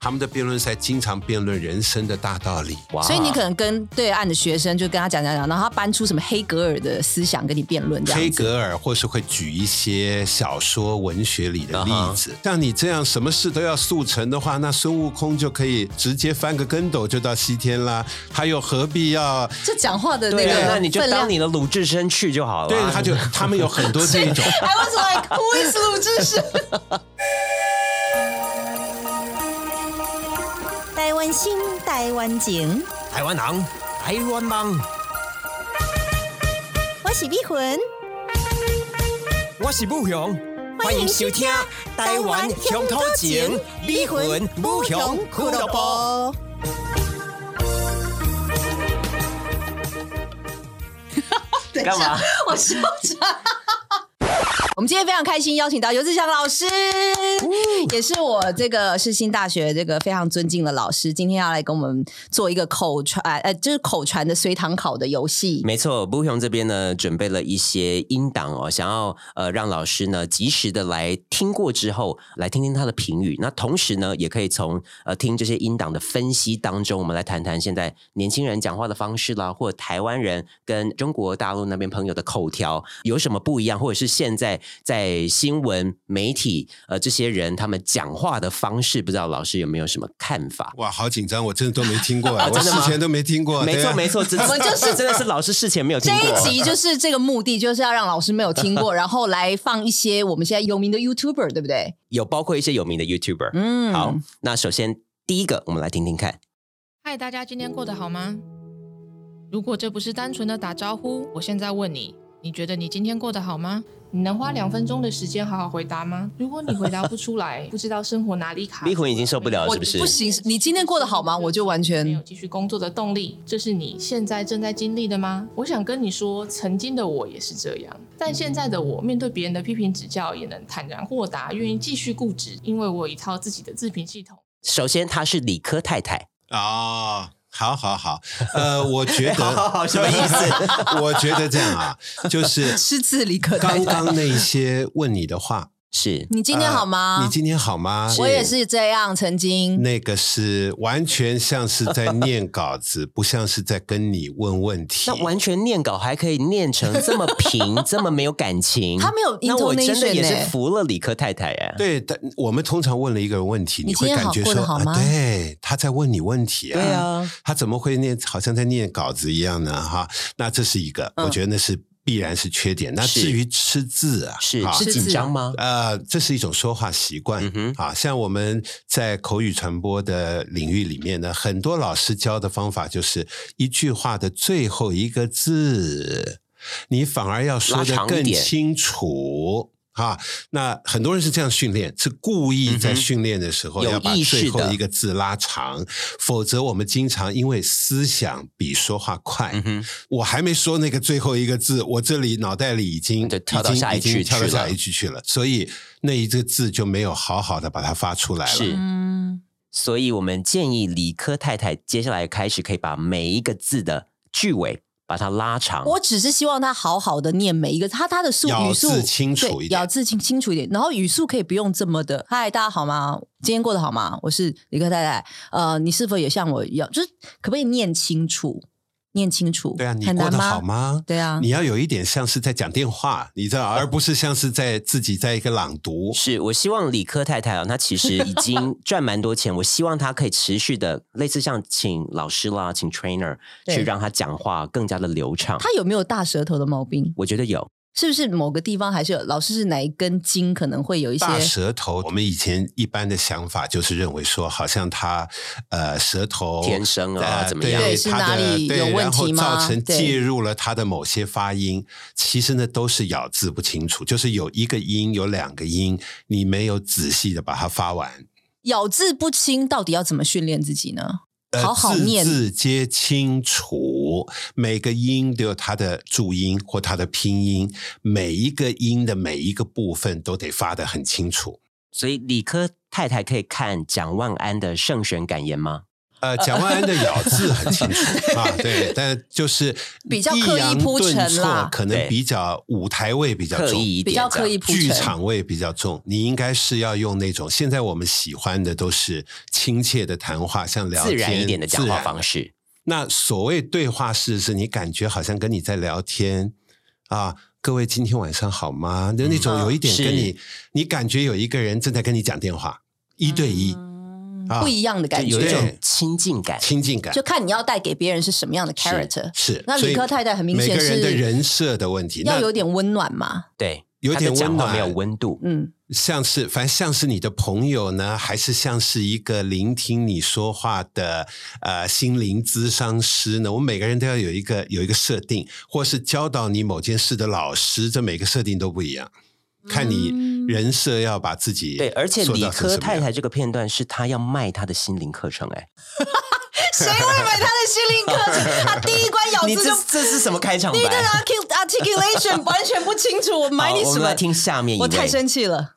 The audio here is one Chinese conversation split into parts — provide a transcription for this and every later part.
他们的辩论赛经常辩论人生的大道理。哇所以你可能跟对岸的学生就跟他讲讲讲，然后他搬出什么黑格尔的思想跟你辩论这样黑子。格尔，或是会举一些小说、文学里的例啊子。像你这样什么事都要速成的话，那孙悟空就可以直接翻个跟斗就到西天啦。他又何必要？这讲话的那对个啊，分那量，你就当你的鲁智深去就好了。对，他就他们有很多这 种。 I was like who is 鲁智深？台湾心，台湾情，台湾人，台湾梦，我是美魂。我是武雄，欢迎收听台湾乡土情，美魂武雄俱乐部。等一干下嘛？我笑场。 我们今天非常开心，邀请到游志祥老师，也是我这个世新大学这个非常尊敬的老师，今天要来跟我们做一个口传，呃，就是口传的随堂考的游戏。没错，布雄这边呢准备了一些音档哦，想要呃让老师呢及时的来听过之后，来听听他的评语。那同时呢，也可以从呃听这些音档的分析当中，我们来谈谈现在年轻人讲话的方式啦，或者台湾人跟中国大陆那边朋友的口条有什么不一样，或者是现在在新闻媒体呃这些人他们讲话的方式，不知道老师有没有什么看法？哇，好紧张！我真的都没听过，啊我真的吗事前都没听过。没对错啊没错，我哦 我们就是真的是老师事前没有这听过一集就是这个目的，就是要让老师没有听过，然后来放一些我们现在有名的 YouTuber，对不对？有包括一些有名的 YouTuber。嗯，好，那首先第一个，我们来听听看。嗨，大家今天过得好吗？如果这不是单纯的打招呼，我现在问你，你觉得你今天过得好吗？你能花两分钟的时间好好回答吗？如果你回答不出 来，不知道生活哪里卡，迷魂已经受不了了，我是不是？不行，你今天过得好吗？我就完没有全继续工作的动力，这是你现在正在经历的吗？我想跟你说，曾经的我也是这样，但现在的我面对别人的批评指教，也能坦然豁达，愿意继续固执，因为我有一套自己的自评系统。首先，她是理科太太，哦，好好好，呃，我觉得 好好好什么意思？ 我觉得这样啊，就是 吃自理可太刚太。刚那些问你的话，是你今天好吗？呃你今天好吗？啊我也是这样，曾经。那个是完全像是在念稿子，不像是在跟你问问题那。完全念稿还可以念成这么 平，这么没有感情。她没有那我真的 intonation 也是欸服了理科太太哎。对，但我们通常问了一个问题，你会今天感好觉过说，得好吗啊、对，他在问你问题啊，对啊，他怎么会念，好像在念稿子一样呢？哈，那这是一个，嗯我觉得那是必然是缺点。那是至于吃字啊，是啊是紧张吗？呃，这是一种说话习惯、嗯啊。像我们在口语传播的领域里面呢，很多老师教的方法就是一句话的最后一个字，你反而要说拉的长一更点清楚。啊，那很多人是这样训练，是故意在嗯哼训练的时候有要把意识最后的一个字拉长，否则我们经常因为思想比说话快，嗯哼，我还没说那个最后一个字，我这里脑袋里已经对跳到下一句已经已经跳到去了下一句去了，所以那一个字就没有好好的把它发出来了。是嗯，所以我们建议理科太太接下来开始可以把每一个字的句尾把它拉长。我只是希望他好好的念每一个，他他的速咬语字速清楚对一点咬字清清楚一点，然后语速可以不用这么的。嗨，大家好吗？今天过得好吗？我是李克太太。呃，你是否也像我一样，就是可不可以念清楚？念清楚，对啊，你很过难得吗？好吗？对啊，你要有一点像是在讲电话，你知道，而不是像是在自己在一个朗读。是我希望理科太太啊，她其实已 经赚蛮多钱，我希望她可以持续的，类似像请老师啦，请 trainer 对去让她讲话更加的流畅。他有没有大舌头的毛病？我觉得有，是不是某个地方还是有？老师是哪一根筋可能会有一些？大舌头，我们以前一般的想法就是认为说，好像他呃舌头天生啊呃怎么样对哦对是他的哪里对有问然后题吗造成对介入了他的某些发音，其实呢都是咬字不清楚，就是有一个音有两个音，你没有仔细的把它发完。咬字不清，到底要怎么训练自己呢？呃好好念字字皆清楚，每个音都有它的注音或它的拼音，每一个音的每一个部分都得发得很清楚。所以理科太太可以看蒋万安的胜选感言吗？呃，蒋万安的咬字很清 楚啊，对，但就是比较抑刻意扬铺顿陈挫啦可能对比较舞台味比较刻重，意一比点，较刻意铺剧陈。场味比较重，你应该是要用那种现在我们喜欢的都是亲切的谈话，像这聊样天自然一点的讲自话然方式。那所谓对话式，是你感觉好像跟你在聊天啊，各位今天晚上好吗？就那嗯啊种有一点是跟你，你感觉有一个人正在跟你讲电话，一对一、嗯啊不一样的感有一觉，种亲近感。亲近感就看你要带给别人是什么样的 character。是。那所以理科太太很明每显个人的是人设的问题，要那有点温暖嘛，对，有他的点温讲话暖没有温度， 嗯，像是反正像是你的朋友呢，还是像是一个聆听你说话的呃心灵咨商师呢？我们每个人都要有一个有一个设定，或是教导你某件事的老师，这每个设定都不一样，看你人设要把自己对，而且塑理造成什科么样太太这个片段是她要卖她的心灵课程、哎，谁会买他的心灵课程？他第一关咬你字这就这是什么开场白你？的 artic- articulation 完全不清楚，我买好你我什们来么？听下面一我位，太生气了。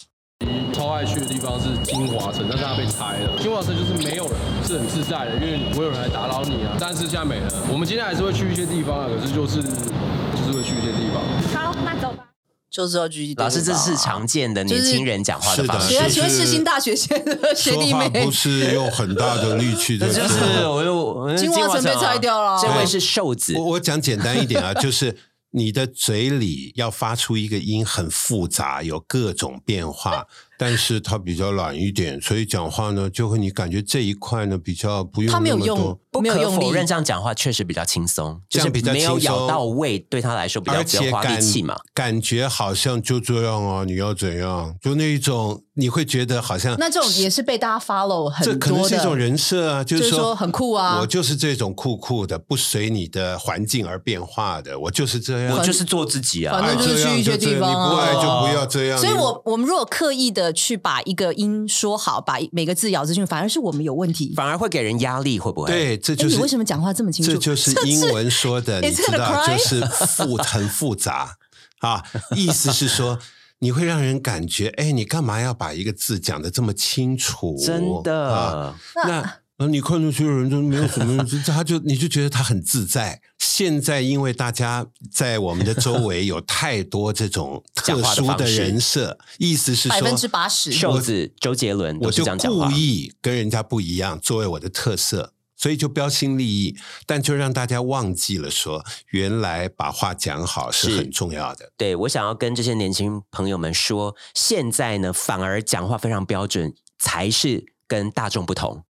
超爱去的地方是金华城，但是它被拆了。金华城就是没有人是很自在的，因为不会有人来打扰你啊。但是现在没了，我们今天还是会去一些地方啊，可是就是就是会去一些地方。好，那走吧。就是要继续。老师，这是常见的年轻人讲话的方是式。的请问，是请问世新大学学的学说弟话妹不，是用很大的力气在这说 就话，是我又我金华城被啊拆掉了这位是瘦子我，我讲简单一点啊，就是你的嘴里要发出一个音很复杂，有各种变化，但是它比较懒一点，所以讲话呢就会你感觉这一块呢比较不用他没有那么多用，不没有可用否认，力这。样讲话确实比较轻松，这就样是比较没有轻松咬到位，对他来说比较而比较且花力感气嘛。感觉好像就这样啊，你要怎样？就那一种，你会觉得好像那这种也是被大家 follow 很这多可能的，是一种人设啊，就就是是说很酷啊我就是这种酷酷的，不随你的环境而变化的，我就是这样。哎我就是做自己啊，反正就是去一些地方啊你不爱就不要这样。所以你我我们如果刻意的去把一个音说好，把每个字咬字清楚，反而是我们有问题。反而会给人压力，会不会？，对，这哎，就你是为什么讲话这么清楚？这就是英文说 的，你 Is it a 知道， crime？就是复很复杂啊。意思是说，你会让人感觉，哎，你干嘛要把一个字讲的这么清楚？真 啊，的。那。呃你看出去的人就没有什么，就他就你就觉得他很自在。现在因为大家在我们的周围有太多这种特 讲话的殊方的式人设，意思是百说分之八十，瘦子周杰伦都我是就这样讲话故，意跟人家不一样，作为我的特色，所以就标新立异，但就让大家忘记了说，原来把话讲好是是很重要的。对我想要跟这些年轻朋友们说，现在呢反而讲话非常标准，才是跟大众不同。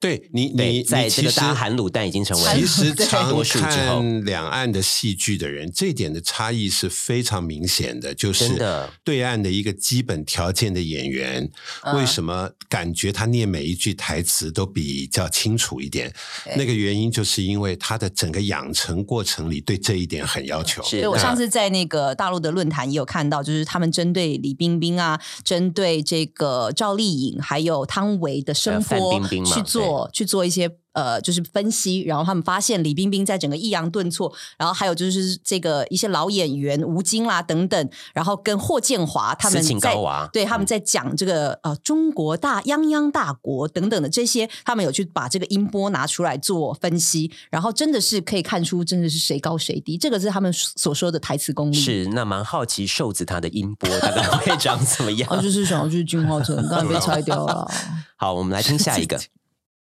对你，对，你在你这其个实大家喊卤蛋已经成为其 实对常多数之后，看两岸的戏剧的人，这一点的差异是非常明显的，就是真的对岸的一个基本条件的演员，嗯嗯为什么感觉他念每一句台词都比较清楚一点？那个原因就是因为他的整个养成过程里对这一点很要求。是对，我那上次在那个大陆的论坛也有看到，就是他们针对李冰冰啊，针对这个赵丽颖，还有汤唯的生还有活范冰冰嘛去做去做一些呃，就是分析。然后他们发现李冰冰在整个抑扬顿挫，然后还有就是这个一些老演员吴京啦等等，然后跟霍建华他们斯琴在高娃嗯对他们在讲这个呃中国大泱泱大国等等的这些，他们有去把这个音波拿出来做分析，然后真的是可以看出真的是谁高谁低，这个是他们所说的台词功力。啊是那蛮好奇瘦子他的音波大概会长怎么样。哦就是想要去进化 城，当然被拆掉了。好，我们来听下一个。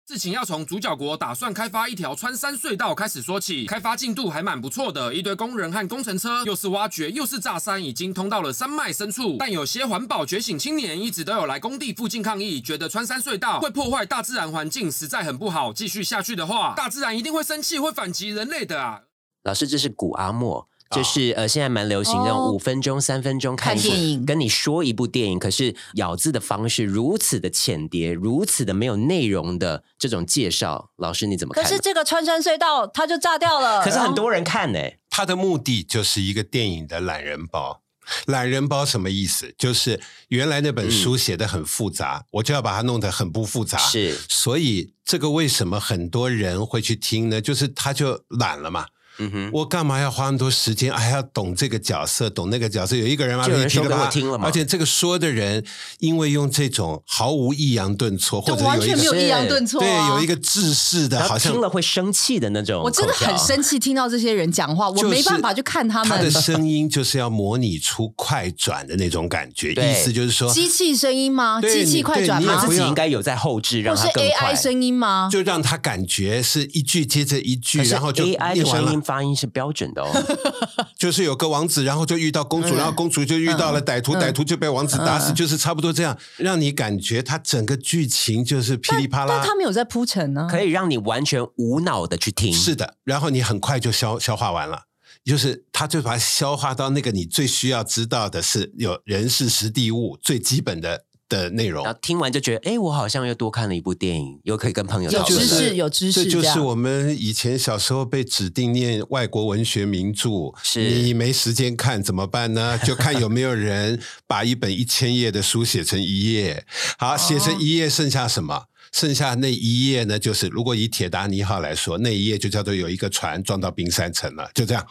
事情要从主角国打算开发一条穿山隧道开始说起，开发进度还蛮不错的，一堆工人和工程车，又是挖掘又是炸山，已经通到了山脉深处。但有些环保觉醒青年一直都有来工地附近抗议，觉得穿山隧道会破坏大自然环境，实在很不好。继续下去的话，大自然一定会生气，会反击人类的啊！老师，这是古阿莫。就是呃，现在蛮流行那种哦五分钟、三分钟看一部看电影跟你说一部电影，可是咬字的方式如此的浅碟，如此的没有内容的这种介绍，老师你怎么可看呢？是这个穿山隧道它就炸掉了，可是很然后多人看呢、他的目的就是一个电影的懒人包。懒人包什么意思？就是原来那本书写的很复杂，我就要把它弄得很不复杂。嗯是所以这个为什么很多人会去听呢？就是他就懒了嘛。嗯哼，我干嘛要花那么多时间？还要懂这个角色，懂那个角色？有一个人吗？就有人你提说了给我吧听了嘛而且这个说的人，因为用这种毫无抑扬顿挫，就或者完有一全没有个抑扬顿挫、啊。对有一个制式的，然好后像听了会生气的那种口条，我真的很生气，听到这些人讲话，我啊就是没办法去看他他的们。声音就是要模拟出快转的那种感觉，对意思就是说，机器声音吗？啊对机器你快转对你那也吗不自？己要应该有在后置让啊或它是更快 AI。声音吗？就让他感觉是一句接着一句，可是然后就 AI 的念完声了音发音是标准 的哦，就是有个王子，然后就遇到公嗯主，然后公主就遇到了歹徒，歹徒就被王子打死，就是差不多这样，让你感觉它整个剧情就是噼里啪但啦他。们有在铺陈呢。可以让你完全无脑的去听。是的，然后你很快就消消化完了。就是它就把它消化到那个你最需要知道的是有人事实地物最基本的的内容然，后听完就觉得，哎，我好像又多看了一部电影，又可以跟朋友有讨知论就识，是了。有知这识，就是样我们以前小时候被指定念外国文学名著，是你没时间看怎么办 呢？就看有没有人把一本一千页的书写成一页，哦好，写成一页剩下什么？剩下那一页呢，就是如果以铁达尼号来说，那一页就叫做有一个船撞到冰山城了，就这样，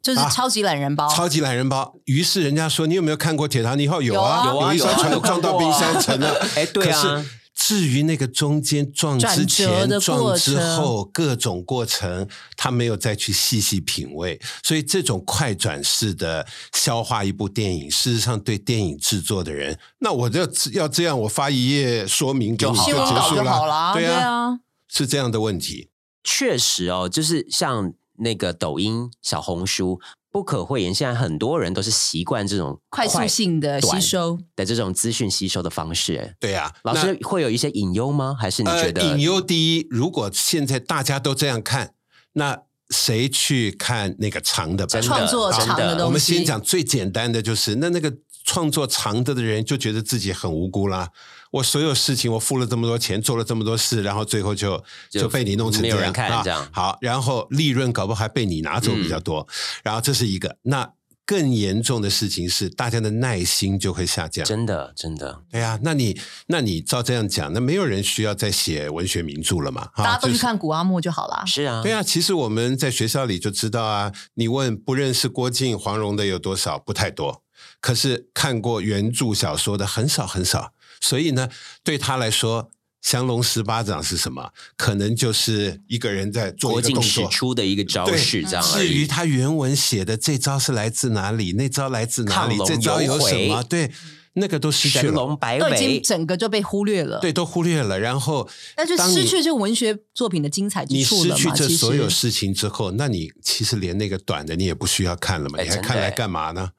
就是啊超级懒人包。超级懒人包。于是人家说，你有没有看过铁达尼号？有啊，有啊一有啊艘船有看撞过啊到冰山城了 。哎对啊可是至于那个中间撞之转折前、的过撞程之后各种过程，他没有再去细细品味，所以这种快转式的消化一部电影，事实上对电影制作的人，那我就要这样，我发一页说明给你就好结新闻稿束就好啦，对对啊，啊，是这样的问题。确实哦，就是像那个抖音、小红书，不可讳言，现在很多人都是习惯这种快速性的吸短收。的这种资讯吸收的方式。哎对啊，老那师会有一些隐忧吗？还是你觉得？呃、隐忧第一，如果现在大家都这样看，那谁去看那个长的版真的本？创作真长的的东西，我们先讲最简单的，就是那那个创作长的的人就觉得自己很无辜啦。我所有事情我付了这么多钱，做了这么多事，然后最后就就就被你弄成没这有样，人看啊这样好，然后利润搞不好还被你拿走比较多，嗯然后这是一个。那更严重的事情是，大家的耐心就会下降。真的，真的，对呀、那你那你照这样讲，那没有人需要再写文学名著了嘛？啊大家就都去是看古阿莫就好啦。是啊，对啊，其实我们在学校里就知道啊，你问不认识郭靖、黄蓉的有多少？不太多。可是看过原著小说的很少很少，所以呢，对他来说，降龙十八掌是什么？可能就是一个人在做国一个境动使作。出的一个招对式，这样而至于已。他原文写的这招是来自哪里，那招来自哪亢里，龙这招有有什悔么？对，那个都失去神了。龙摆都已经尾，整个就被忽略了，对，，都忽略了。然后，那就当失你去这文学作品的精彩之你处失了去嘛。这其所有事实，情之后，那你其实连那个短的你也不需要看了嘛，哎你还真的看来哎干嘛呢？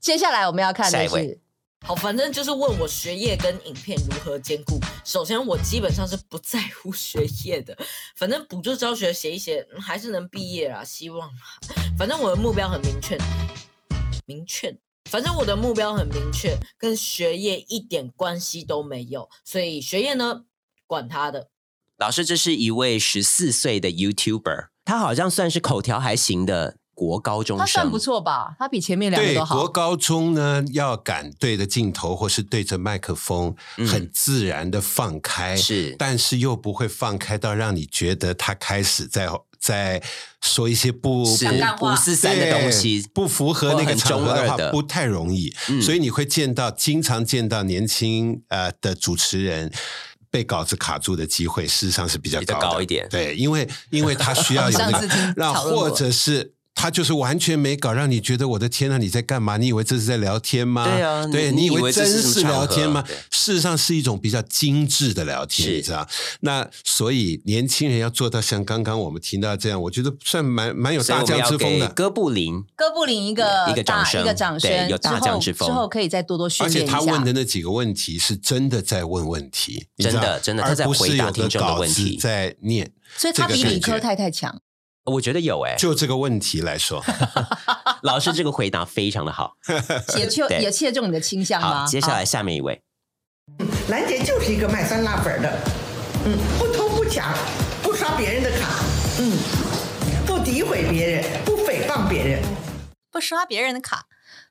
接下来我们要看下一的位是好，反正就是问我学业跟影片如何兼顾。首先，我基本上是不在乎学业的，反正补助教学写一写，嗯还是能毕业啦，希望啦。反正我的目标很明确，明确。反正我的目标很明确，跟学业一点关系都没有，所以学业呢，管他的。老师，这是一位十四岁的 YouTuber，他好像算是口条还行的国高中他算生不，错吧，他比前面两个对，都好国。高中呢要敢对着镜头或是对着麦克风，嗯很自然的放开，是但是又不会放开到让你觉得他开始在在说一些不是不干话五四三的东西对，不符合那个场合或很的中话二，的不太容易。嗯所以你会见到，经常见到年轻呃的主持人。被稿子卡住的机会，事实上是比较比高较的高一点对，因为因为他需要有那 上次听个，让讨论或过者是他就是完全没稿，让你觉得我的天呐，你在干嘛？你以为这是在聊天吗？对啊你对你以以为为这真是什是么场合聊天吗对？事实上是一种比较精致的聊天，是你知道？那所以年轻人要做到像刚刚我们听到这样，我觉得算蛮蛮有所以大我们将要之风给的。哥布林哥布林一个一个大掌声一个掌对声，有大之后将之风之后可以再多多训而练且一他下。问的那几个问题是真的在问问题，你知道真的真的他而在不是回答有听个众的稿问题子在念。所以他比这个理科感觉太太强。我觉得有哎、就这个问题来说， 老师这个回答非常的好。也切对也切中你的倾向好，吗？接下来 好下面一位，兰姐就是一个卖酸辣粉的，嗯，不偷不抢，不刷别人的卡，嗯，不诋毁别人，不诽谤别人。不刷别人的卡，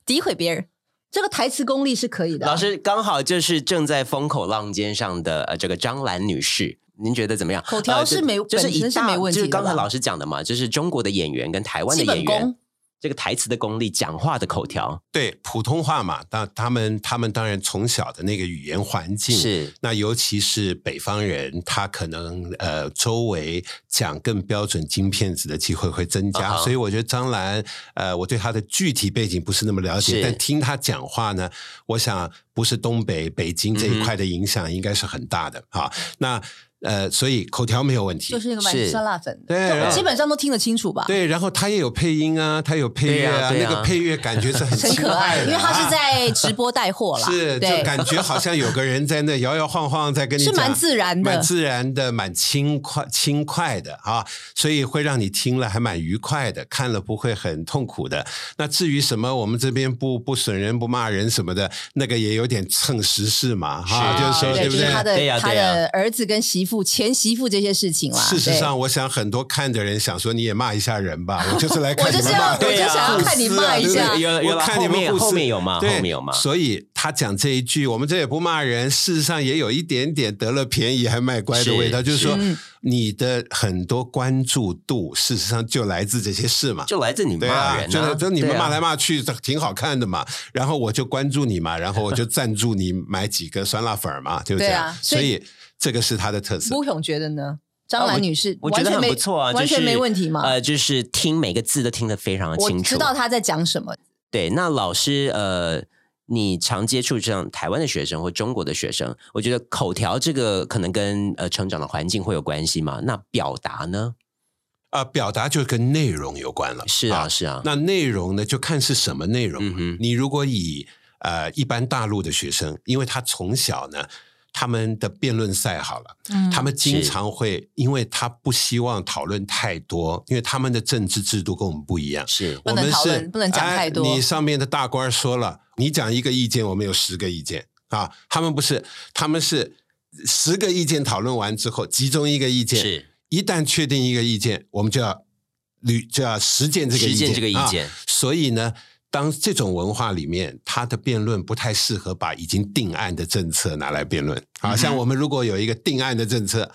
诋毁别人，这个台词功力是可以的啊。老师刚好就是正在风口浪尖上的呃这个张兰女士。您觉得怎么样？口条呃是就没就是本一身是大没问就是题的刚才吧老师讲的嘛，就是中国的演员跟台湾的基本演员功，这个台词的功力、讲话的口条对普通话嘛，当他们他们当然从小的那个语言环境啊是那尤其是北方人，他可能呃周围讲更标准京片子的机会会增加啊哈所以我觉得张兰呃，我对她的具体背景不是那么了是解，但听她讲话呢，我想不是东北北京这嗯一哼块的影响应该是很大的哈、那呃，所以口条没有问题，就是那个蛮是酸辣粉的，对就然后基本上都听得清楚吧？，对，然后他也有配音啊，他有配乐对啊对啊那个配乐感觉是很很轻可快爱，的啊，因为他是在直播带货啦，是，就对，感觉好像有个人在那摇摇晃晃在跟你是讲，蛮自然的蛮自然的，蛮轻快轻快的啊，所以会让你听了还蛮愉快的，看了不会很痛苦的。那至于什么我们这边不不损人不骂人什么的，那个也有点蹭时事嘛，哈、是就是说对对就不是对？他的对呀他对呀的儿子跟媳妇、前媳妇这些事情啦。事实对上，我想很多看的人想说，你也骂一下人吧，我就是来我看就你是们要骂人的，我就想要互看你撕骂啊一对不对下有了有我了看你后面们互撕后面有嘛对啊后面有嘛所以他讲这一句，我们这也不骂人，事实上也有一点点得了便宜还卖乖的味道，是就是说是你的很多关注度，事实上就来自这些事嘛。就来自你对骂啊，人就是就你们对啊骂来骂去，挺好看的嘛。然后我就关注你嘛，然后我就赞助你买几个酸辣粉儿嘛，就这对样。啊所所以以这个是他的特色。吴勇觉得呢？张兰女士啊我觉完得全很没不错啊，完就全是没问题嘛。呃，就是听每个字都听得非常的我清楚。知道她在讲什么，对，那老师呃，你常接触这样台湾的学生或中国的学生，我觉得口条这个可能跟呃成长的环境会有关系嘛。那表达呢？啊、表达就跟内容有关了。是啊，是啊，那内容呢，就看是什么内容。嗯哼你如果以呃一般大陆的学生，因为他从小呢，他们的辩论赛好了，嗯他们经是常会，因为他不希望讨论太多，因为他们的政治制度跟我们不一样。是不我能们讨是论不能讲哎太多你上面的大官儿说了，你讲一个意见，我们有十个意见啊。他们不是，他们是十个意见讨论完之后，集中一个意见，是一旦确定一个意见，我们就要履就要实践这个实意见践这个意见啊所以呢，当这种文化里面，它的辩论不太适合把已经定案的政策拿来辩论。啊，像我们如果有一个定案的政策，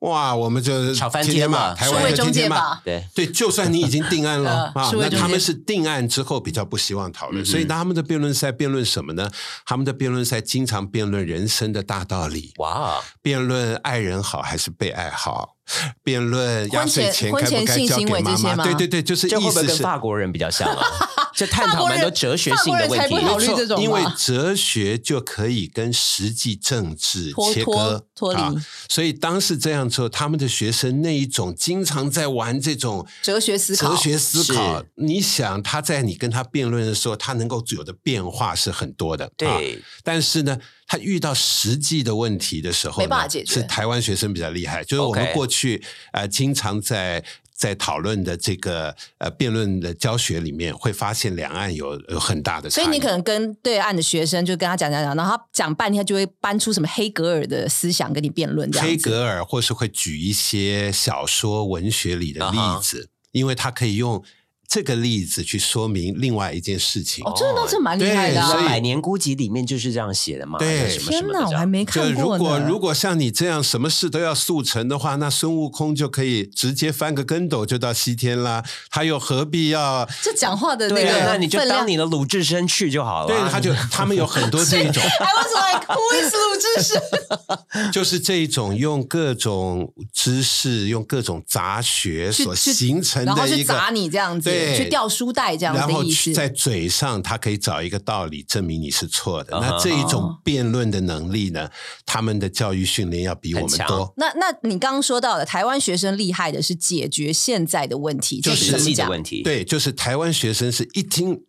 哇，我们就吵翻天天嘛骂，台湾数位就中天介天骂。吧，对，对，就算你已经定案了 呃啊是，为那中嗯间他们是定案之后比较不希望讨论，所以他们的辩论赛辩论什么呢？他们的辩论赛经常辩论人生的大道理，哇，辩论爱人好还是被爱好，辩论压岁钱婚该前不该交婚前性行为给这妈些吗妈，对对对，就是这会意不会思跟是。法国人比较像 啊？这探法讨国蛮多人哲学法性国的人问才题不。考虑这种吧，因为哲学就可以跟实际政治脱切脱割脱离啊，所以当时这样之后，他们的学生那一种经常在玩这种哲学思考哲学思考是，你想他在你跟他辩论的时候，他能够有的变化是很多的，啊对，但是呢，他遇到实际的问题的时候呢，没办法解决是台湾学生比较厉害，就是我们 OK 过去呃经常在。在讨论的这个呃辩论的教学里面，会发现两岸有有很大的差所异。以你可能跟对岸的学生就跟他讲讲讲，然后他讲半天就会搬出什么黑格尔的思想跟你辩论这样子。黑格尔或是会举一些小说、文学里的啊例子，因为他可以用这个例子去说明另外一件事情。哦，这倒是蛮厉害的、对所以啊。百年孤寂里面就是这样写的嘛？对还是什么什天么的我这还样。没就看如过果呢。如果像你这样什么事都要速成的话，那孙悟空就可以直接翻个跟斗就到西天啦，他又何必要？这讲话的对那啊，个那你就分量当你的鲁智深去就好了对啊。，他就他们有很多这种， I was like, who is 鲁智 深？就是这种用各种知识、用各种杂学所形成然后的一去个，砸你这样子，对去掉书袋这样然子后的意思。在嘴上他可以找一个道理证明你是错的。嗯啊哈那这一种辩论的能力呢，他们的教育训练要比我很们强多。 那那你刚刚说到的，台湾学生厉害的是解决现在的问题，就这是怎实么际的讲？问题。，对，就是台湾学生是一听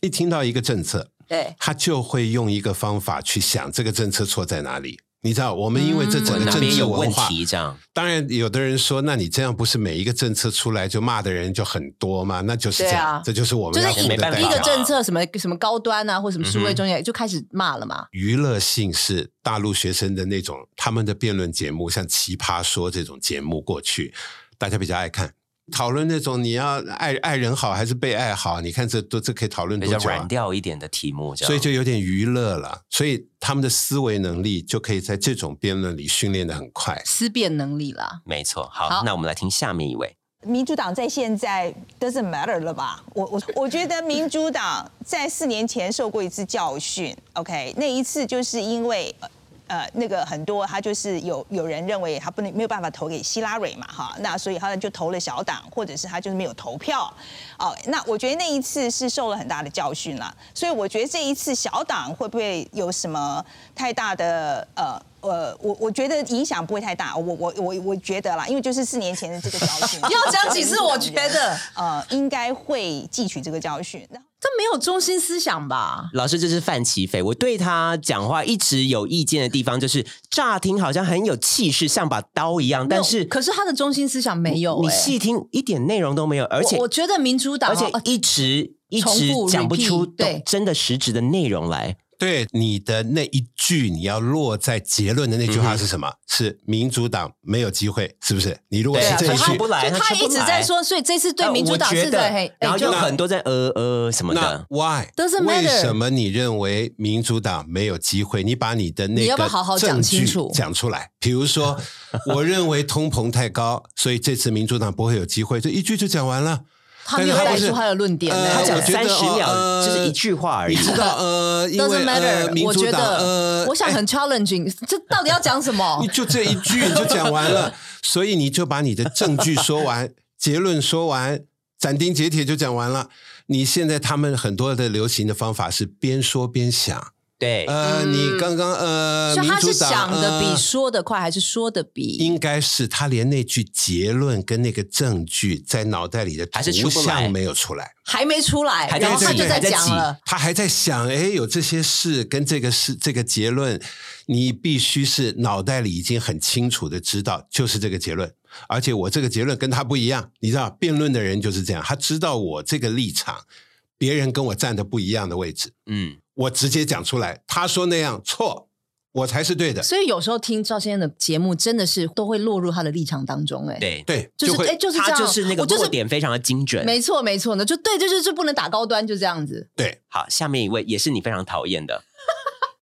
一听到一个政策，对，他就会用一个方法去想这个政策错在哪里。你知道，我们因为这嗯整个哪政边治有文问化，题？这样当然有的人说，那你这样不是每一个政策出来就骂的人就很多吗？那就是这对样，啊这就是我就们是要付没的办法啊嗯代一个价。政策什么什么高端啊，或什么数位中介就开始骂了嘛。娱乐性是大陆学生的那种他们的辩论节目，像《奇葩说》这种节目，过去大家比较爱看。讨论那种你要爱爱人好还是被爱好，你看这都这可以讨论比多较久、软啊？调一点啊的题目，这样所以就有点娱乐了，所以他们的思维能力就可以在这种辩论里训练的很快。思辨能力啦。没错。好，好那我们来听下面一位。民主党在现在 doesn't matter 了吧？我我我觉得民主党在四年前受过一次教训，OK，那一次就是因为。呃呃，那个很多他就是有有人认为他不能没有办法投给希拉蕊嘛，哈，那所以他就投了小党，或者是他就是没有投票，哦，那我觉得那一次是受了很大的教训了，所以我觉得这一次小党会不会有什么太大的呃呃，我我觉得影响不会太大，我我我我觉得啦，因为就是四年前的这个教训， 要讲几次？我觉得呃，应该会汲取这个教训。那这没有中心思想吧？老师，这是范奇斐。我对他讲话一直有意见的地方，就是乍听好像很有气势，像把刀一样，但没是有可是他的中心思想没有、你欸细听一点内容都没有，而且我我觉得民主党而哦，且呃一直一直重复讲不出 repeat，对懂真的实质的内容来。对你的那一句，你要落在结论的那句嗯话是什么？是民主党没有机会，是不是？你如果对是啊这一他句出，不来就他他出不一直来在说，所以这次对呃民主我党觉是得的，嘿，然后哎有就很多在呃呃什么那的。 why Doesn't 为 matter 什么你认为民主党没有机会？你把你的那个你要不要好好讲证据清楚讲出来。比如 说，我认为通膨太高，所以这次民主党不会有机会。这一句就讲完了。他没有但是带不是出他的论点呢、呃他我讲觉得三十秒呃就是一句话而已你。知道呃，因 Doesn't 为呃， matter，民我主觉党呃得，，我想哎很 challenging，这到底要讲什 么你？就这一句你就讲完 了，所以你就把你的证据说完，结论说完，斩钉截铁就讲完了。你现在他们很多的流行的方法是边说边想，对，呃，你刚刚呃，所以他嗯是民主党想的比呃说的快，还是说的比？应该是他连那句结论跟那个证据在脑袋里的还是图出不来像没有出来，还没出来，还在然后他对就对在还在讲挤了。他还在想，哎，有这些事跟这个事这个结论，你必须是脑袋里已经很清楚的知道就是这个结论，而且我这个结论跟他不一样，你知道，辩论的人就是这样，他知道我这个立场，别人跟我站的不一样的位置，嗯，我直接讲出来，他说那样错，我才是对的，所以有时候听赵先生的节目，真的是都会落入他的立场当中、哎，，对，对，就是会哎、就是这他样，就是那个我就落是点非常的精准。没错没错呢，就对，就是就不能打高端，就这样子。对。好，下面一位也是你非常讨厌的，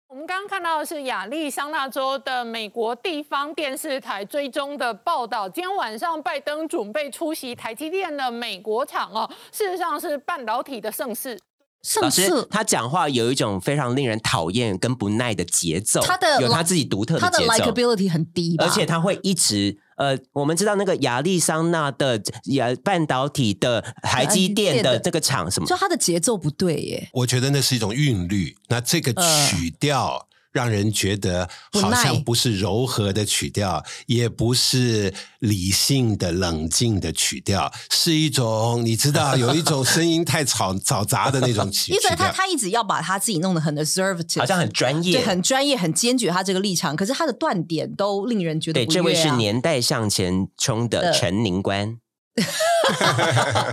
我们刚刚看到的是亚利桑那州的美国地方电视台追踪的报道。今天晚上，拜登准备出席台积电的美国厂哦，事实上是半导体的盛世。上老师次，他讲话有一种非常令人讨厌跟不耐的节奏，他的有他自己独特他的节奏。 likability 很低吧，而且他会一直呃，我们知道那个亚利桑那的亚半导体的呃台积电的这个厂什么就，他的节奏不对耶。我觉得那是一种韵律。那这个呃曲调让人觉得好不像耐不是柔和的曲调，也不是理性的、冷静的曲调，是一种你知道有一种声音太吵、嘈杂的那种曲 一直曲他调。他一直要把他自己弄得很 assertive，好像很专业对，。很专业，很坚决他这个立场，可是他的断点都令人觉得对，不这位悦是 啊。年代向前冲的呃陈宁官，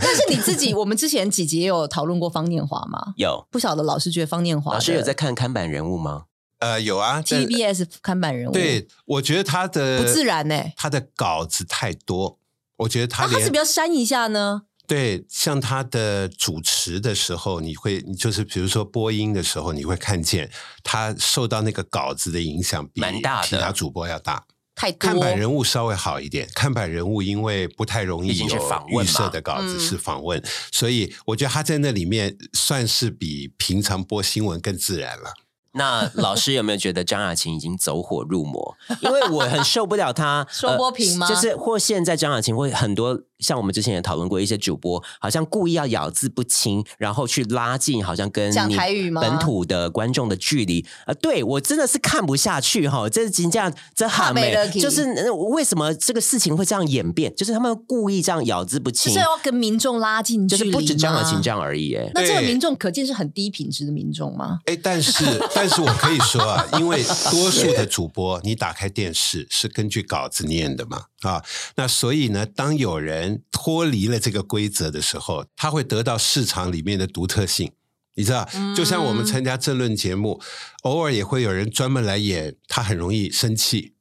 但是你 自己，我们之前几集也有讨论过方念华嘛？有不晓得老师觉得方念华老师的有在看看板人物吗？呃，有啊，但 TBS 看板人物，对，我觉得他的不自然欸他的稿子太多，我觉得他那他连是不是要删一下呢？对，像他的主持的时候，你会你就是比如说播音的时候，你会看见他受到那个稿子的影响比蛮大的其他主播要大。太多看板人物稍微好一点，看板人物因为不太容毕易竟是有访问嘛预设的稿子嗯是访问，所以我觉得他在那里面算是比平常播新闻更自然了。那老师有没有觉得张雅琴已经走火入魔？因为我 很受不了她呃双波平吗就是或现在张雅琴会很多，像我们之前也讨论过一些主播，好像故意要咬字不清，然后去拉近好像跟讲你台语吗本土的观众的距离。呃，对我真的是看不下去哈，这这样这怕哈没美得，去就是呃为什么这个事情会这样演变？就是他们故意这样咬字不就清是，要跟民众拉近距就离是吗，不止张雅琴这样而已。哎，那这个对民众可见是很低品质的民众吗？哎，但是但是我可以说啊，因为多数的主播，你打开电视是根据稿子念的嘛，啊，那所以呢，当有人脱离了这个规则的时候，他会得到市场里面的独特性。你知道，嗯就像我们参加政论节目，偶尔也会有人专门来演，他很容易生气，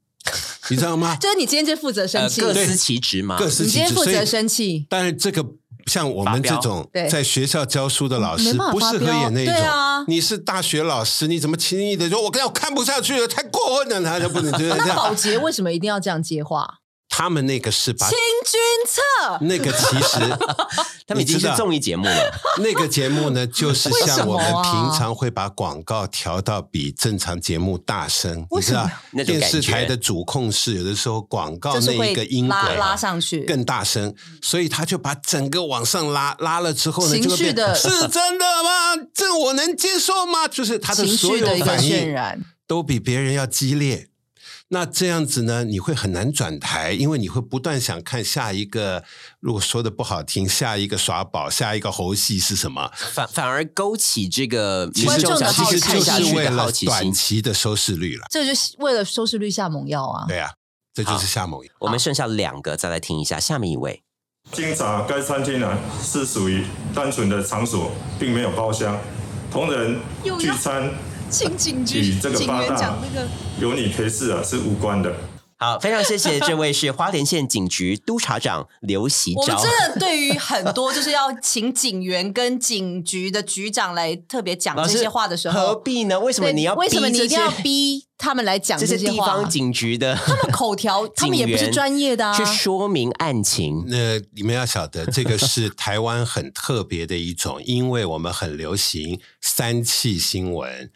你知道吗？ 就是你今天就负责生呃，气，各司其职嘛，各司你其今天职。负所以责生气，但是这个像我们这种发飙对在学校教书的老没师，办法不适合发飙演那一种。对啊你是大学老师，你怎么轻易的说我跟我看不下去了，太过分了，他就不能就是这哦 那保样。洁为什么一定要这样 接话？他们那个是把啊清君侧，嗯那个其 实他们已经你知是道综艺节目了。 那个节目呢，就是为什像么我们啊平常会把广告调到比正常节目大声，你知道那种电感觉视台的主控室有的时候广告就是那会一个音轨拉啊拉上去，更大声，所以他就把整个往上拉，拉了之后呢，情绪就会变的是真的吗？这我能接受吗？就是他的情所绪有的一个反渲应染。都比别人要激烈。那这样子呢，你会很难转台，因为你会不断想看下一个。如果说的不好听，下一个耍宝，下一个猴戏是什么？反反而勾起这个民观众众的想继好续奇看就下是去为的好了奇短心。期的收视率了。这就是为了收视率下猛药啊！对啊，这就是下猛药。我们剩下两个，再来听一下下面一位。经查，该餐厅呢是属于单纯的场所，并没有包厢。同人又聚要餐 请警与局这个警八员讲大那个有你陪侍啊是无关的。好，非常谢谢这位是花莲县警局督察长刘喜我们昭。真的对于很多就是要请警员跟警局的局长来特别讲老这师些话的时候，何必呢？为什么对你要为什么逼你这一定要些逼他们来讲这些些地话方？警局的他们口 条，他们也不是专业的啊警。员去说明案情？那你们要晓得，这个是台湾很特别的一种，因为我们很流行三器新闻。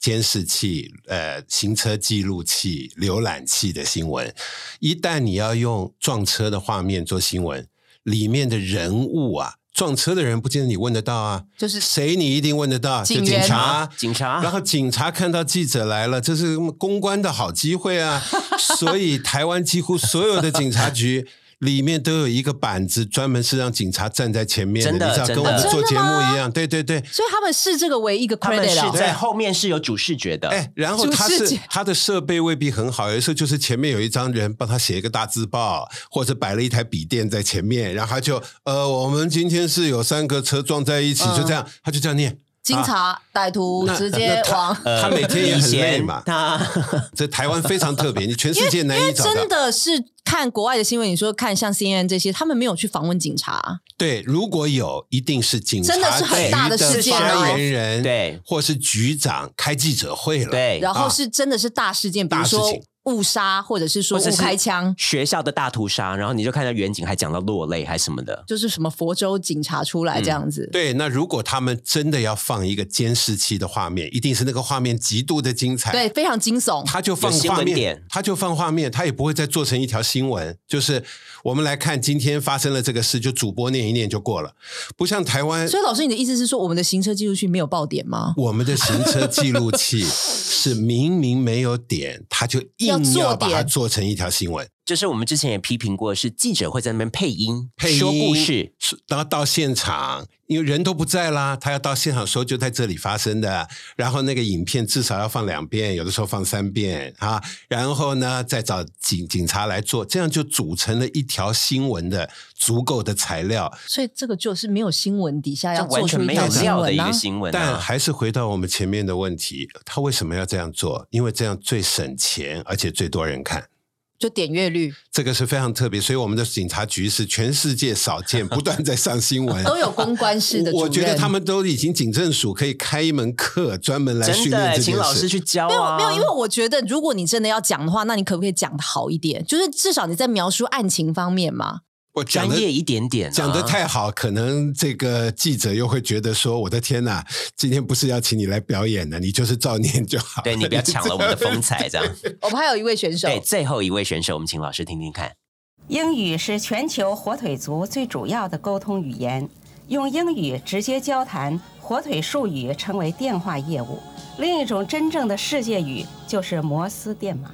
监视器、呃，行车记录器、浏览器的新闻，一旦你要用撞车的画面做新闻，里面的人物啊，撞车的人不见得你问得到啊，就是谁你一定问得到，就警员警察，啊警察啊然后警察看到记者来了，这是公关的好机会啊！所以台湾几乎所有的警察局。里面都有一个板子，专门是让警察站在前面真的你知道真跟的我们做节目真的吗一样，对对对。所以他们视这个为一个他们 credit 是啊。在后面是有主视觉的。哎，然后主他视是觉他的设备未必很好，有的时候就是前面有一张人帮他写一个大字报，或者摆了一台笔电在前面，然后他就呃，我们今天是有三个车撞在一起，就这样，他就这样念。警察、歹徒那直接那他往，呃他每天也很累嘛以前他这台湾非常特别，你全世界难因为以找到。真的是看国外的新闻，你说看像 CNN 这些，他们没有去访问警察，对，如果有，一定是警察真的是很大的局事件哦发言人，对，或是局长开记者会了，对，然后啊是真的是大事件，比如大事说情误杀，或者是说或者误是开枪，学校的大屠杀，然后你就看到远景还讲到落泪还什么的。就是什么佛州警察出来这样子。对。那如果他们真的要放一个监视器的画面，一定是那个画面极度的精彩，对，非常惊悚。他就放有新闻画面点，他就放画面，他也不会再做成一条新闻。就是我们来看今天发生了这个事，就主播念一念就过了，不像台湾。所以老师，你的意思是说，我们的行车记录器没有爆点吗？我们的行车记录 器是明明没有点，他就要硬做要把它点做成一条新闻。就是我们之前也批评过，是记者会在那边配音配音说故事，，是然后到现场，因为人都不在啦，他要到现场说就在这里发生的，然后那个影片至少要放两遍，有的时候放三遍啊，然后呢再找警警察来做，这样就组成了一条新闻的足够的材料。所以这个就是没有新闻底下这要完做全出没有条新料的一闻个。啊新闻、啊。但还是回到我们前面的问题，他为什么要这样做？因为这样最省钱，而且最多人看。就点阅率这个是非常特别，所以我们的警察局是全世界少 见，不断在上新闻，都有公关室的主我任，我觉得他们都已经警政署可以开一门课专门来真训练的，这请件老师事。去教没有啊，没有，因为我觉得如果你真的要讲的话，那你可不可以讲的好一点？就是至少你在描述案情方面嘛。我讲专的业一点点、啊，讲的太好，可能这个记者又会觉得说：“我的天哪，今天不是要请你来表演的，你就是照念就好。”对你不要抢了我们的风采， 这样。我们还有一位选手，对，最后一位选手，我们请老师听听看。英语是全球火腿族最主要的沟通语言，用英语直接交谈，火腿术语称为电话业务。另一种真正的世界语就是摩斯电码。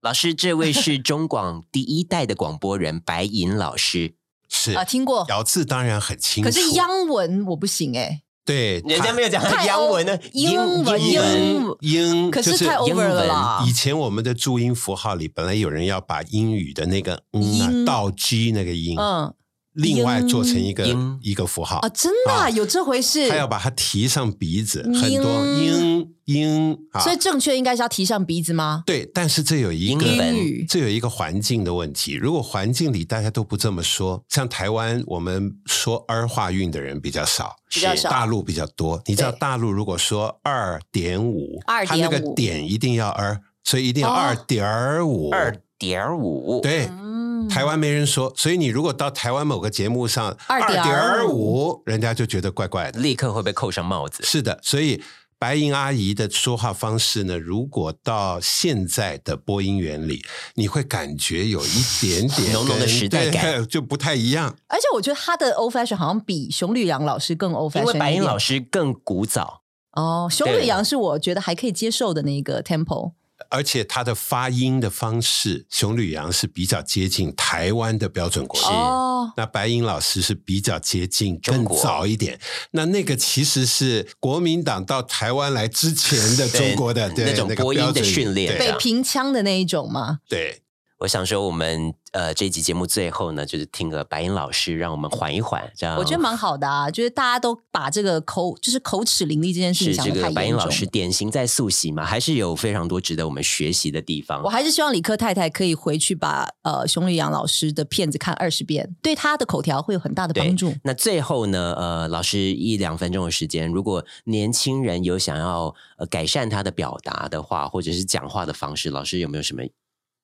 老师，这位是中广第一代的广播人白银老师， 是啊，听过，咬字当然很清楚，可是央文我不行哎、对人家没有讲太欧洋文呢，英文英文。文英，可就是太 over 了啦以前我们的注音符号里，本来有人要把英语的那个嗯、啊音、倒 G 那个音，嗯，另外做成一个一个符号啊，真的啊、有这回事。他要把它提上鼻子，很多英英英啊，所以正确应该是要提上鼻子吗？对，但是这有一个英文这有一个环境的问题。如果环境里大家都不这么说，像台湾我们说儿化韵的人比较少，比较少大陆比较多。你知道大陆如果说二点五， 2.5它那个点一定要儿，所以一定要二点五，嗯二点五，对。嗯台湾没人说，所以你如果到台湾某个节目上2.5五，人家就觉得怪怪的，立刻会被扣上帽子。是的，所以白银阿姨的说话方式呢，如果到现在的播音员里，你会感觉有一点点浓浓的跟时代感，对就不太一样。而且我觉得他的 old fashion 好像比熊吕阳老师更 old fashion，因为白一银点老师更古早，哦，熊吕阳是我觉得还可以接受的那一个 tempo。而且她的发音的方式，熊吕阳是比较接近台湾的标准国音，哦那白银老师是比较接近更国早一点。那那个其实是国民党到台湾来之前的对中国的对那种个播音标的准语训练啊对北平腔的那一种吗？对。我想说，我们呃这一集节目最后呢，就是听了白银老师，让我们缓一缓，这样我觉得蛮好的啊，就是大家都把这个口就是口齿伶俐这件事情是想这的个太白严银重老师了。典型在速习嘛，还是有非常多值得我们学习的地方我。还是希望李克太太可以回去把呃熊吕阳老师的片子看二十遍，对他的口条会有很大的帮助。那最后呢，呃，老师一两分钟的时间，如果年轻人有想要呃改善他的表达的话，或者是讲话的方式，老师有没有什么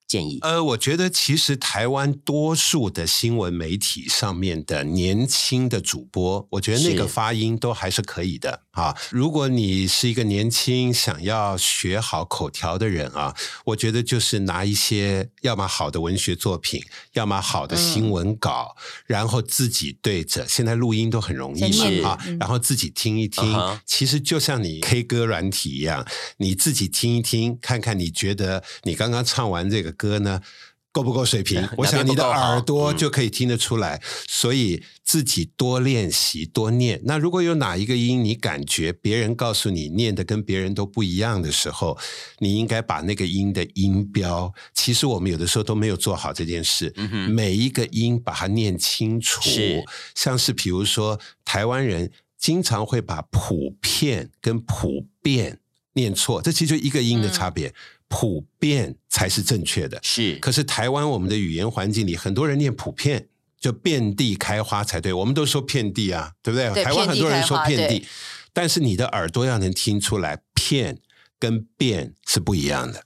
建议？呃，我觉得其实台湾多数的新闻媒体上面的年轻的主播，我觉得那个是发音都还是可以的啊。如果你是一个年轻想要学好口条的人啊，我觉得就是拿一些要么好的文学作品，要么好的新嗯闻稿，然后自己对着。现在录音都很容易先念嘛啊嗯，然后自己听一听。啊哈其实就像你 K 歌软体一样，你自己听一听，看看你觉得你刚刚唱完这个歌呢。够不够水平 哪？边我想你不的够好耳朵嗯就可以听得出来，所以自己多练习、多念。那如果有哪一个音你感觉别人告诉你念的跟别人都不一样的时候，你应该把那个音的音标，其实我们有的时候都没有做好这件事。嗯哼每一个音把它念清楚，是像是比如说台湾人经常会把普遍跟普遍念错，这其实就一个音的差别。普遍才是正确的，是。可是台湾我们的语言环境里，很多人念普遍，就遍地开花才对。我们都说遍地啊，对不对？对台湾很多人说遍地遍开花地对，但是你的耳朵要能听出来，片跟变是不一样的。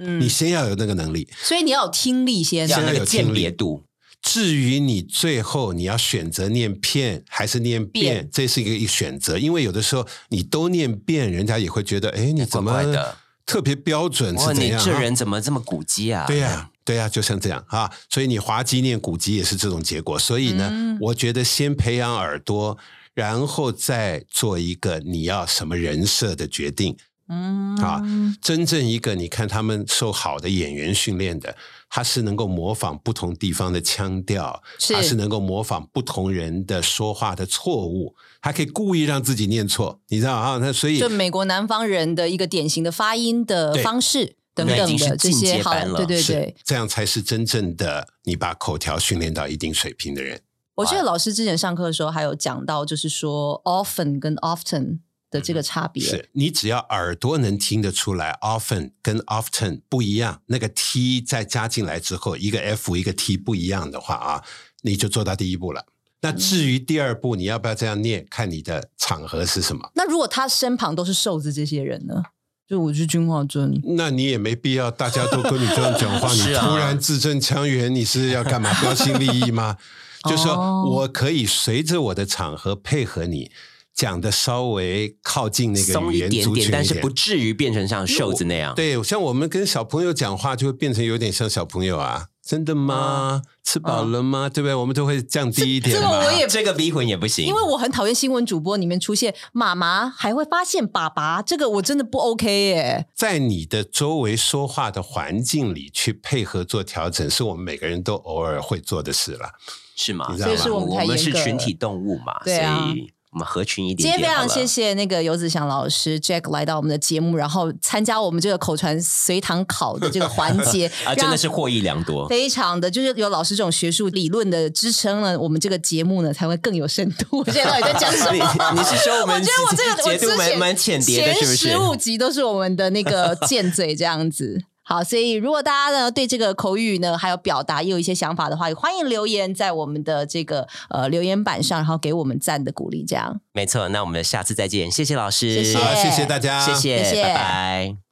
嗯你，先要有那个能力，所以你要有听力先，先要有鉴听力别度。至于你最后你要选择念片还是念变变，这是一个一选择，因为有的时候你都念变，人家也会觉得，哎，你怎么怪怪的特别标准哇，是怎你样啊？这人怎么这么古鸡啊？对呀、对呀、就像这样啊，所以你滑稽念古籍也是这种结果。所以呢，嗯我觉得先培养耳朵，然后再做一个你要什么人设的决定。嗯啊真正一个，你看他们受好的演员训练的，他是能够模仿不同地方的腔调，是啊他是能够模仿不同人的说话的错误，他可以故意让自己念错，你知道啊？那所以就美国南方人的一个典型的发音的对方式等那已等经的是这进些，阶好班，了对对是对。这样才是真正的你把口条训练到一定水平的人。我啊记得老师之前上课的时候还有讲到，就是说 often 跟 often 的这个差嗯别。是你只要耳朵能听得出来，often 跟 often 不一样，那个 t 再加进来之后，一个 f 一个 t 不一样的话啊，你就做到第一步了。嗯那至于第二步，你要不要这样念，看你的场合是什么。那如果他身旁都是瘦子这些人呢？就我是军化尊，那你也没必要，大家都跟你这样讲话， 是你啊突然字正腔圆，你是要 干嘛？标新立异吗？就哦说我可以随着我的场合配合你，讲的稍微靠近那个松语一言点族群点，一但是不至于变成像瘦子那样。对，像我们跟小朋友讲话，就会变成有点像小朋友啊。真的吗？嗯吃饱了吗？对不对？我们都会降低一点这个嘛。我也这个逼魂也不行，因为我很讨厌新闻主播里面出现妈妈，还会发现爸爸，这个我真的不 OK 耶。在你的周围说话的环境里去配合做调整，是我们每个人都偶尔会做的事了。是吗？你知道吗所以是我们太我们是严格了群体动物嘛，对啊所以我们合群一今点天点。非常好了谢谢那个游子祥老师 Jack 来到我们的节目，然后参加我们这个口传随堂考的这个环节 啊，真的是让获益良多。非常的，就是有老师这种学术理论的支撑呢，我们这个节目呢才会更有深度。我现在 到底在讲什么？你你是说我们我觉得我这个我节度之前蛮蛮浅碟的，是不是前十？五集都是我们的那个贱嘴这样子。好，所以如果大家呢对这个口语呢还有表达也有一些想法的话，也欢迎留言在我们的这个呃留言板上，然后给我们赞的鼓励，这样。没错，那我们下次再见，谢谢老师，谢谢好谢谢大家谢谢，谢谢拜拜。